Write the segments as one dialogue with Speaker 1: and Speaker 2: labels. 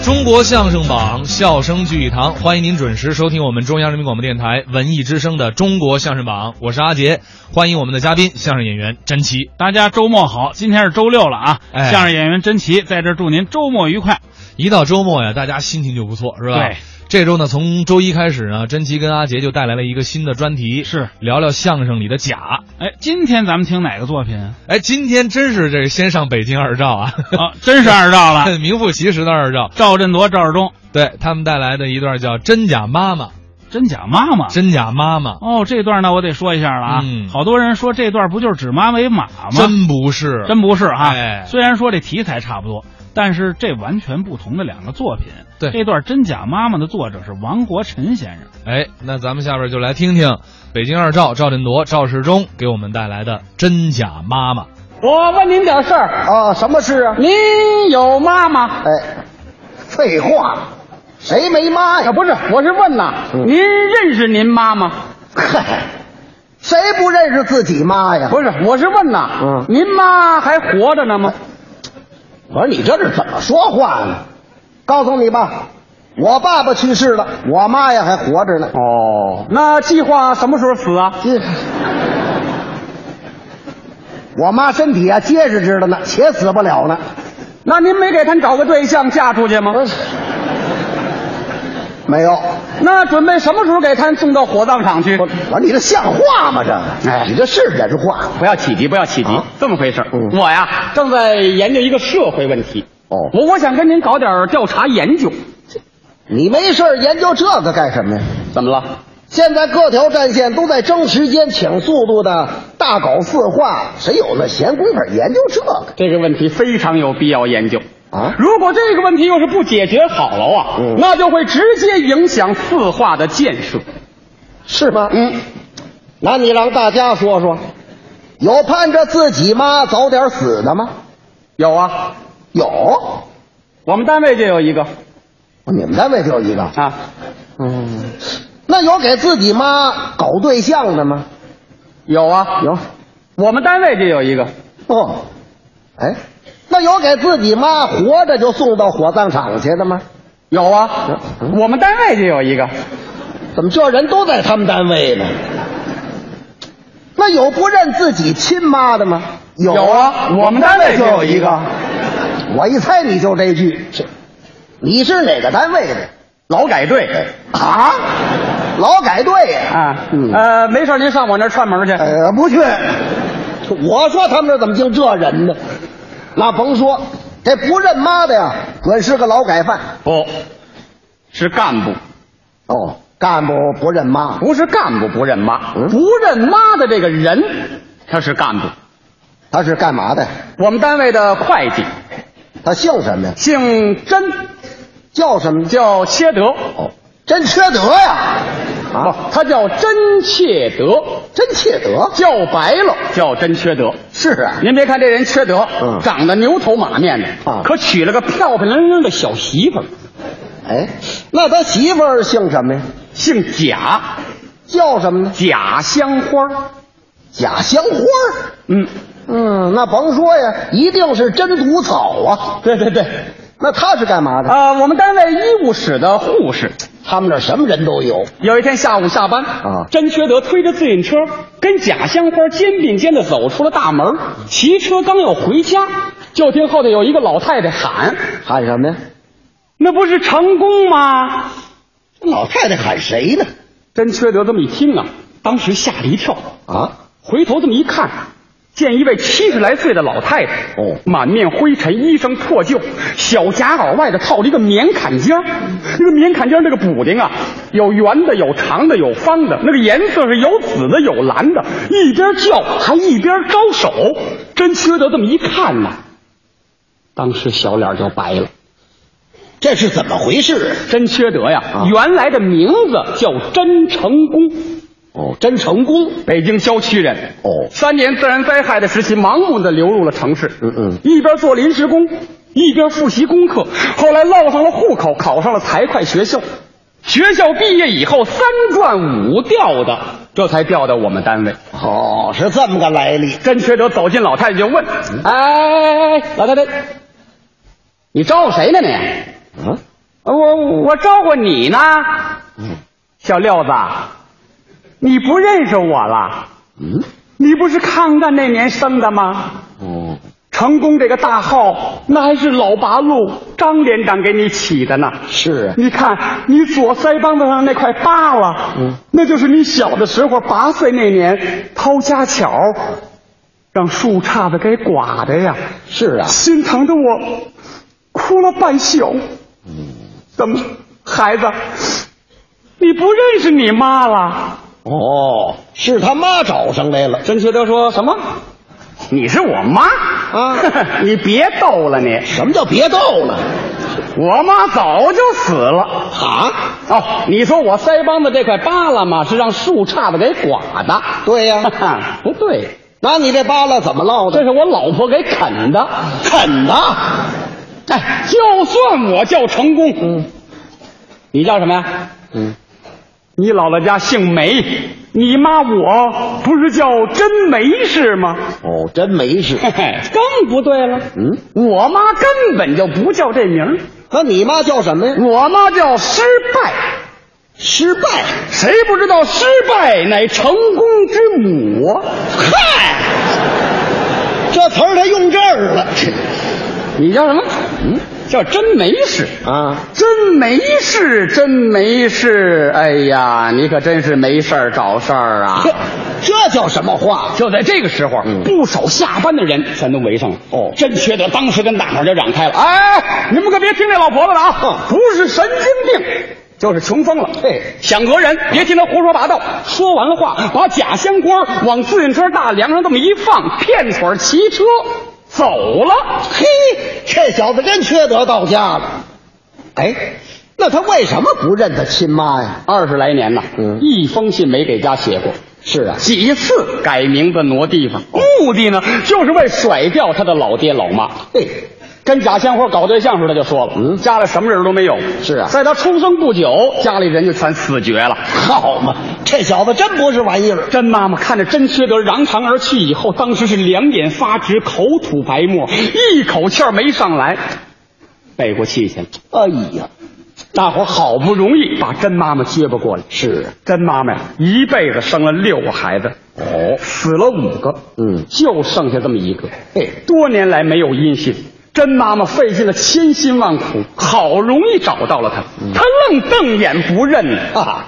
Speaker 1: 中国相声榜，笑声聚一堂，欢迎您准时收听我们中央人民广播电台文艺之声的《中国相声榜》，我是阿杰，欢迎我们的嘉宾相声演员甄奇。
Speaker 2: 大家周末好，今天是周六了啊！
Speaker 1: 哎
Speaker 2: 相声演员甄奇在这儿祝您周末愉快。
Speaker 1: 一到周末呀，大家心情就不错，是吧？
Speaker 2: 对。
Speaker 1: 这周呢，从周一开始呢，甄奇跟阿杰就带来了一个新的专题，
Speaker 2: 是
Speaker 1: 聊聊相声里的假。
Speaker 2: 哎，今天咱们听哪个作品啊？
Speaker 1: 哎，今天真是这先上北京二赵 啊，
Speaker 2: 真是二 赵了，
Speaker 1: 名副其实的二赵，
Speaker 2: 赵振铎、赵世忠，
Speaker 1: 对他们带来的一段叫《真假妈妈》，
Speaker 2: 真假妈妈。
Speaker 1: 真假妈妈，
Speaker 2: 哦，这段呢，我得说一下了啊。
Speaker 1: 嗯
Speaker 2: 好多人说这段不就是指妈为马吗？
Speaker 1: 真不是，
Speaker 2: 真不是啊。
Speaker 1: 哎
Speaker 2: 虽然说这题材差不多，但是这完全不同的两个作品。
Speaker 1: 对
Speaker 2: 这段真假妈妈的作者是王国臣先生。
Speaker 1: 哎，那咱们下边就来听听北京二赵赵振铎、赵世忠给我们带来的《真假妈妈》。
Speaker 3: 我问您点事儿，
Speaker 4: 啊，什么事啊？
Speaker 3: 您有妈吗？
Speaker 4: 哎，废话，谁没妈呀？
Speaker 3: 啊，不是，我是问 呐，您认识您妈吗？
Speaker 4: 嗨，谁不认识自己妈呀？
Speaker 3: 不是，我是问呐，
Speaker 4: 嗯
Speaker 3: 您妈还活着呢吗？
Speaker 4: 我说你这是怎么说话呢？告诉你吧，我爸爸去世了，我妈呀还活着呢。
Speaker 3: 哦，那计划什么时候死啊？
Speaker 4: 这我妈身体啊结实着呢，且死不了呢。
Speaker 3: 那您没给她找个对象嫁出去吗？
Speaker 4: 没有，
Speaker 3: 那准备什么时候给她送到火葬场去
Speaker 4: 我？我说啊你这像话吗？这个，
Speaker 3: 哎
Speaker 4: 你这是人话吗？
Speaker 3: 不要起急，不要起急，
Speaker 4: 啊
Speaker 3: 这么回事儿
Speaker 4: 嗯
Speaker 3: 我呀，正在研究一个社会问题。
Speaker 4: 哦
Speaker 3: 我我想跟您搞点儿调查研究。
Speaker 4: 你没事儿研究这个干什么呀？
Speaker 3: 怎么了？
Speaker 4: 现在各条战线都在争时间、抢速度的大搞四化，谁有那闲工夫研究这个
Speaker 3: 这个问题非常有必要研究。
Speaker 4: 啊？
Speaker 3: 如果这个问题要是不解决好了啊，
Speaker 4: 嗯
Speaker 3: 那就会直接影响四化的建设。
Speaker 4: 是吗？嗯，那你让大家说说，有盼着自己妈早点死的吗？
Speaker 3: 有啊，
Speaker 4: 有，
Speaker 3: 我们单位就有一个
Speaker 4: 你们单位就有一个。
Speaker 3: 啊，
Speaker 4: 嗯，那有给自己妈搞对象的吗？
Speaker 3: 有啊，
Speaker 4: 有。
Speaker 3: 我们单位就有一个，
Speaker 4: 哦，哎，那有给自己妈活着就送到火葬场去的吗？
Speaker 3: 有啊，
Speaker 4: 嗯
Speaker 3: 我们单位就有一个，
Speaker 4: 怎么这人都在他们单位呢？那有不认自己亲妈的吗？有
Speaker 3: 有啊我们单位就有一个。
Speaker 4: 我一猜你就这句，是你是哪个单位的？
Speaker 3: 劳改队
Speaker 4: 啊，劳改队呀、
Speaker 3: 啊，
Speaker 4: 嗯
Speaker 3: 呃，没事，您上我那儿串门 去。
Speaker 4: 呃，不去。我说他们这怎么就这人呢？那甭说，这不认妈的呀，准是个劳改犯。
Speaker 3: 不，是干部，
Speaker 4: 哦，干部不认妈，
Speaker 3: 不是干部不认妈，
Speaker 4: 嗯
Speaker 3: 不认妈的这个人，他是干部。
Speaker 4: 他是干嘛的？
Speaker 3: 我们单位的会计
Speaker 4: 他姓什么呀？
Speaker 3: 姓甄，
Speaker 4: 叫什么？
Speaker 3: 叫切德。
Speaker 4: 哦，真缺德呀！啊，
Speaker 3: 他叫真切德，
Speaker 4: 真缺德！
Speaker 3: 叫白了叫真缺德。
Speaker 4: 是啊，
Speaker 3: 您别看这人缺德，
Speaker 4: 嗯
Speaker 3: 长得牛头马面的，
Speaker 4: 啊
Speaker 3: 可娶了个漂漂亮亮的小媳妇儿，
Speaker 4: 哎，那他媳妇儿姓什么呀？
Speaker 3: 姓贾，
Speaker 4: 叫什么呢？
Speaker 3: 贾香花。
Speaker 4: 贾香花儿。
Speaker 3: 嗯，
Speaker 4: 嗯，那甭说呀，一定是真毒草啊！
Speaker 3: 对对对，
Speaker 4: 那他是干嘛的？
Speaker 3: 啊，我们单位医务室的护士，
Speaker 4: 他们这儿什么人都有。
Speaker 3: 有一天下午下班
Speaker 4: 啊
Speaker 3: 甄缺德推着自行车跟贾香花肩并肩的走出了大门，骑车刚要回家，就听后头有一个老太太喊
Speaker 4: 喊什么呀？：“
Speaker 3: 那不是成功吗？”
Speaker 4: 老太太喊谁呢？
Speaker 3: 真缺德这么一听啊，当时吓了一跳，
Speaker 4: 啊，
Speaker 3: 回头这么一看，见一位七十来岁的老太太，
Speaker 4: 哦
Speaker 3: 满面灰尘，衣裳破旧，小夹袄外头套了一个棉坎肩儿那个棉坎肩儿那个补丁啊，有圆的，有长的，有方的，那个颜色是有紫的，有蓝的，一边叫还一边招手。真缺德这么一看呐、当时小脸就白了。
Speaker 4: 这是怎么回事？
Speaker 3: 真缺德呀！
Speaker 4: 啊
Speaker 3: 原来的名字叫真成功。
Speaker 4: 哦，真成功。
Speaker 3: 北京郊区人。
Speaker 4: 哦
Speaker 3: 三年自然灾害的时期，盲目的流入了城市。
Speaker 4: 嗯嗯
Speaker 3: 一边做临时工，一边复习功课，后来落上了户口，考上了财会学校。学校毕业以后，三转五调的，这才调到我们单位。
Speaker 4: 哦，是这么个来历。
Speaker 3: 真缺德走进老太太就
Speaker 4: 嗯
Speaker 3: 问：“哎，老太太，你招呼谁呢你？
Speaker 4: 啊，
Speaker 3: 我招呼你呢，
Speaker 4: 嗯
Speaker 3: 小六子，你不认识我了？
Speaker 4: 嗯，
Speaker 3: 你不是抗战那年生的吗？
Speaker 4: 哦，
Speaker 3: 成功这个大号，那还是老八路张连长给你起的呢。
Speaker 4: 是啊，
Speaker 3: 你看，你左腮帮子上那块疤了，
Speaker 4: 嗯
Speaker 3: 那就是你小的时候八岁那年掏家巧，让树杈子给刮的呀，
Speaker 4: 是啊，
Speaker 3: 心疼的我哭了半宿。
Speaker 4: 嗯
Speaker 3: 怎么，孩子，你不认识你妈了？
Speaker 4: 哦，是他妈找上来了，
Speaker 3: 甄学德说什么？你是我妈
Speaker 4: 啊
Speaker 3: 你别逗了你，
Speaker 4: 什么叫别逗了
Speaker 3: 我妈早就死了。
Speaker 4: 啊？
Speaker 3: 哦，你说我腮帮子这块疤了吗？是让树杈子给刮的。
Speaker 4: 对呀
Speaker 3: 不对，
Speaker 4: 那你这疤瘌怎么落
Speaker 3: 这
Speaker 4: 的？
Speaker 3: 是我老婆给啃的。
Speaker 4: 啃的，
Speaker 3: 哎，就算我叫成功，你叫什么呀？
Speaker 4: 嗯，
Speaker 3: 你姥姥家姓梅，你妈我不是叫真梅氏吗？
Speaker 4: 哦，真没事。
Speaker 3: 嘿嘿，更不对了。
Speaker 4: 嗯，
Speaker 3: 我妈根本就不叫这名儿，
Speaker 4: 那你妈叫什么呀？
Speaker 3: 我妈叫失败。
Speaker 4: 失败。
Speaker 3: 谁不知道失败乃成功之母啊？嗨，
Speaker 4: 这词儿他用这儿了。
Speaker 3: 你叫什么？嗯，叫真没事。
Speaker 4: 啊，
Speaker 3: 真没事，真没事。哎呀，你可真是没事儿找事儿啊！
Speaker 4: 这这叫什么话？
Speaker 3: 就在这个时候，
Speaker 4: 嗯
Speaker 3: 不少下班的人全都围上了。
Speaker 4: 哦
Speaker 3: 真缺德！当时跟大伙儿就嚷开了：“哎，你们可别听这老婆子的啊，不是神经病，就是穷疯了。
Speaker 4: 对
Speaker 3: 想讹人，别听他胡说八道。说完了话，把假香瓜往自行车大梁上这么一放，片腿儿骑车走了。
Speaker 4: 嘿，这小子真缺德到家了。哎，那他为什么不认他亲妈呀？
Speaker 3: 二十来年呐，
Speaker 4: 嗯
Speaker 3: 一封信没给家写过。”
Speaker 4: 是啊，
Speaker 3: 几次改名字挪地方，目的呢就是为甩掉他的老爹老妈。
Speaker 4: 嘿，
Speaker 3: 跟贾香花搞对象时，他就说了，嗯，家里什么人都没有。
Speaker 4: 是啊
Speaker 3: 在他出生不久，家里人就全死绝了。
Speaker 4: 好嘛，这小子真不是玩意儿。
Speaker 3: 甄妈妈看着甄缺德扬长而去以后，当时是两眼发直，口吐白沫，一口气儿没上来，背过气去了。
Speaker 4: 哎呀，
Speaker 3: 大伙儿好不容易把甄妈妈撅巴过来。
Speaker 4: 嗯是啊
Speaker 3: 甄妈妈呀，一辈子生了六个孩子，
Speaker 4: 哦，
Speaker 3: 死了五个，
Speaker 4: 嗯哎
Speaker 3: 就剩下这么一个。
Speaker 4: 嘿
Speaker 3: 多年来没有音信，甄妈妈费尽了千辛万
Speaker 4: 嗯
Speaker 3: 苦，好容易找到了他，他愣瞪眼不认呢。
Speaker 4: 啊，哎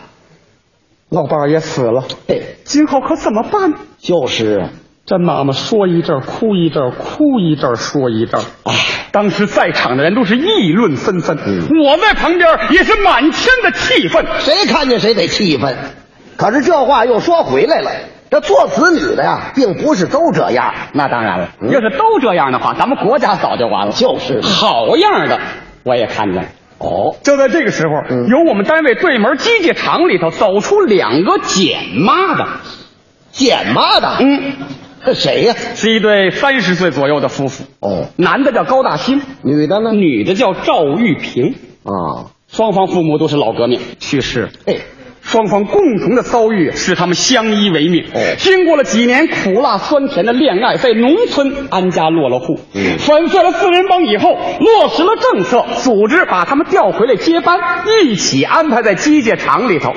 Speaker 3: 老伴儿也死了，
Speaker 4: 嘿，
Speaker 3: 今后可怎么办？
Speaker 4: 就是啊，
Speaker 3: 甄妈妈说一阵儿哭一阵儿，哭一阵儿说一阵儿。
Speaker 4: 哎，
Speaker 3: 当时在场的人都是议论纷纷，
Speaker 4: 嗯
Speaker 3: 我在旁边也是满腔的气愤。
Speaker 4: 谁看见谁得气愤。可是这话又说回来了，这做子女的呀，并不是都这样。
Speaker 3: 那当然了，
Speaker 4: 嗯
Speaker 3: 要是都这样的话，咱们国家早就完了。
Speaker 4: 就是
Speaker 3: 好样的，我也看见了。
Speaker 4: 哦，
Speaker 3: 就在这个时候，
Speaker 4: 嗯
Speaker 3: 由我们单位对门机械厂里头走出两个捡妈的，
Speaker 4: 捡妈的，
Speaker 3: 嗯，
Speaker 4: 这 谁呀、
Speaker 3: 是一对三十岁左右的夫妇，
Speaker 4: 哦，
Speaker 3: 男的叫高大新，
Speaker 4: 女的呢？
Speaker 3: 女的叫赵玉萍，
Speaker 4: 啊，
Speaker 3: 双方父母都是老革命去世。
Speaker 4: 嘿，
Speaker 3: 双方共同的遭遇使他们相依为命。
Speaker 4: 哦
Speaker 3: 经过了几年苦辣酸甜的恋爱，在农村安家落了户。
Speaker 4: 嗯
Speaker 3: 粉碎了四人帮以后，落实了政策，组织把他们调回来接班，一起安排在机械厂里头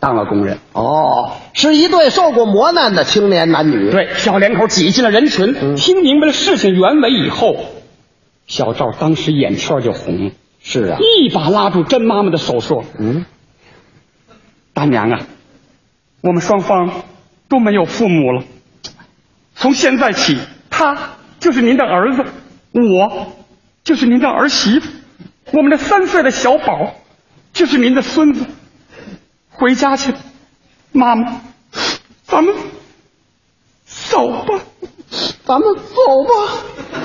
Speaker 3: 当了工人。
Speaker 4: 哦，是一对受过磨难的青年男女。，
Speaker 3: 对，小两口挤进了人群，
Speaker 4: 嗯
Speaker 3: 听明白了事情原委以后，小赵当时眼圈就红了，
Speaker 4: 是啊，
Speaker 3: 一把拉住甄妈妈的手说：“
Speaker 4: 嗯，
Speaker 3: 大娘啊，我们双方都没有父母了，从现在起，他就是您的儿子，我就是您的儿媳妇，我们的三岁的小宝就是您的孙子。回家去吧，妈妈，咱们走吧。
Speaker 4: 咱们走吧。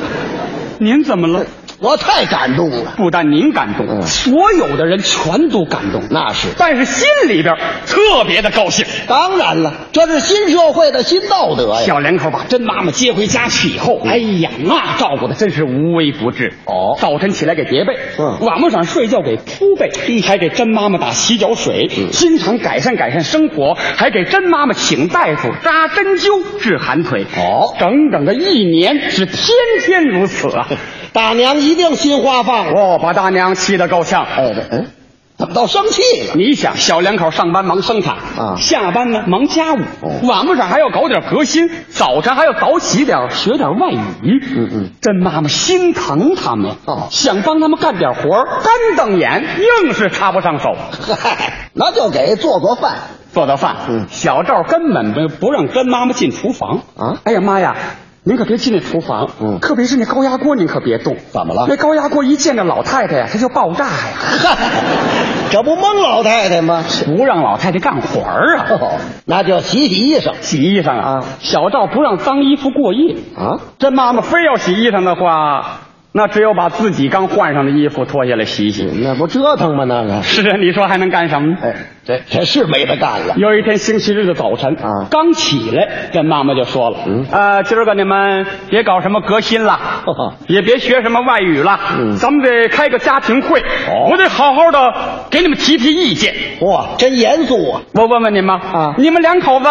Speaker 3: 您怎么了？
Speaker 4: 我太感动了，
Speaker 3: 不但您感动，
Speaker 4: 嗯
Speaker 3: 所有的人全都感动，
Speaker 4: 那是
Speaker 3: 但是心里边特别的高兴。
Speaker 4: 当然了，这是新社会的新道德呀。嗯
Speaker 3: 小两口把甄妈妈接回家去以后，哎呀，那照顾的真是无微不至。
Speaker 4: 哦
Speaker 3: 早晨起来给叠被，
Speaker 4: 嗯
Speaker 3: 晚不上睡觉给铺被，还给甄妈妈打洗脚水，
Speaker 4: 嗯
Speaker 3: 经常改善改善生活，还给甄妈妈请大夫扎针灸治寒腿。
Speaker 4: 哦
Speaker 3: 整整的一年是天天如此啊！
Speaker 4: 大娘一定心花放火。
Speaker 3: 哦，把大娘气得够呛。
Speaker 4: 哎，这嗯，么到生气了？
Speaker 3: 你想，小两口上班忙生产
Speaker 4: 啊
Speaker 3: 下班呢忙家务，
Speaker 4: 哦
Speaker 3: 晚不上还要搞点革新，早上还要早起点儿学点外语。
Speaker 4: 嗯嗯，
Speaker 3: 真妈妈心疼他们，
Speaker 4: 哦
Speaker 3: 想帮他们干点活儿，干瞪眼，硬是插不上 手。
Speaker 4: 嗨，那就给做做饭。
Speaker 3: 做的饭，
Speaker 4: 嗯
Speaker 3: 小赵根本不不让跟妈妈进厨房
Speaker 4: 啊
Speaker 3: 哎呀妈呀！您可别进那厨房，
Speaker 4: 嗯
Speaker 3: 特别是那高压锅，您可别动。
Speaker 4: 怎么了
Speaker 3: 那高压锅一见着老太太呀，它就爆炸呀！
Speaker 4: 嗨，这不蒙老太太吗？
Speaker 3: 不让老太太干活儿啊！
Speaker 4: 哦，那就洗洗衣裳
Speaker 3: 洗衣裳啊
Speaker 4: 啊
Speaker 3: 小赵不让脏衣服过夜。
Speaker 4: 啊。
Speaker 3: 这妈妈非要洗衣裳的话，那只有把自己刚换上的衣服脱下来洗一洗。
Speaker 4: 那不折腾吗？那个，
Speaker 3: 是啊，你说还能干什么呢？
Speaker 4: 哎，这这是没得干了。
Speaker 3: 有一天星期日的早晨
Speaker 4: 啊
Speaker 3: 刚起来，这妈妈就说了：“
Speaker 4: 嗯
Speaker 3: 呃，今儿个你们别搞什么革新了，
Speaker 4: 呵呵
Speaker 3: 也别学什么外语了，
Speaker 4: 哦嗯哦
Speaker 3: 咱们得开个家庭会，我得好好的给你们提提意见。
Speaker 4: 哇，真严肃啊！
Speaker 3: 我问问你们
Speaker 4: 啊
Speaker 3: 你们两口子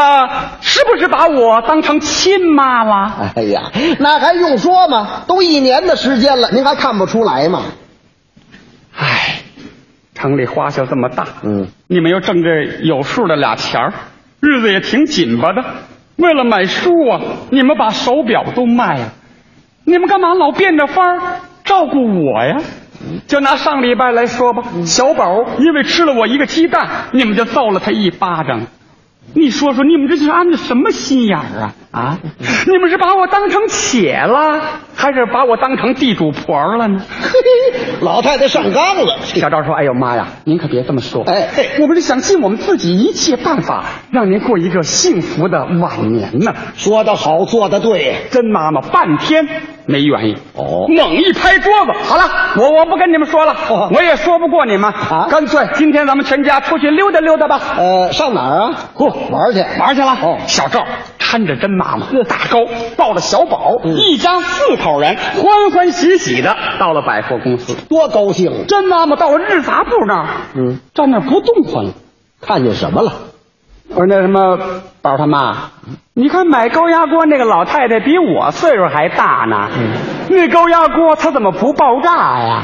Speaker 3: 是不是把我当成亲妈了？
Speaker 4: 哎呀，那还用说吗？都一年的时间了，您还看不出来吗？
Speaker 3: 唉，城里花销这么大，
Speaker 4: 嗯，
Speaker 3: 你们又挣这有数的俩钱儿，日子也挺紧巴的。为了买书啊，你们把手表都卖了，你们干嘛老变着法儿照顾我呀？就拿上礼拜来说吧，小宝因为吃了我一个鸡蛋，你们就揍了他一巴掌。你说说，你们这是安的什么心眼儿啊？啊，你们是把我当成且了，还是把我当成地主婆儿了呢？
Speaker 4: 嘿，老太太上纲了。
Speaker 3: 小赵说：“哎呦妈呀，您可别这么说，
Speaker 4: 哎嘿
Speaker 3: 我们是想尽我们自己一切办法，让您过一个幸福的晚年呢。
Speaker 4: 说得好，做得对。”
Speaker 3: 真妈妈半天没原因，
Speaker 4: 哦
Speaker 3: 猛一拍桌子，好了，我我不跟你们说了，
Speaker 4: 哦
Speaker 3: 我也说不过你们
Speaker 4: 啊
Speaker 3: 干脆今天咱们全家出去溜达溜达吧。
Speaker 4: 呃，上哪儿啊？
Speaker 3: 不
Speaker 4: 玩去，
Speaker 3: 玩去了。
Speaker 4: 哦
Speaker 3: 小赵搀着真妈妈，大高抱着小宝，一家四口人欢欢喜喜的到了百货公司。
Speaker 4: 多高兴！
Speaker 3: 真妈妈到了日杂部那儿，
Speaker 4: 嗯，
Speaker 3: 站那儿不动弹了。
Speaker 4: 看见什么了？
Speaker 3: 我说那什么，宝儿他妈，你看买高压锅那个老太太比嗯 我岁数还大呢，那高压锅它怎么不爆炸呀？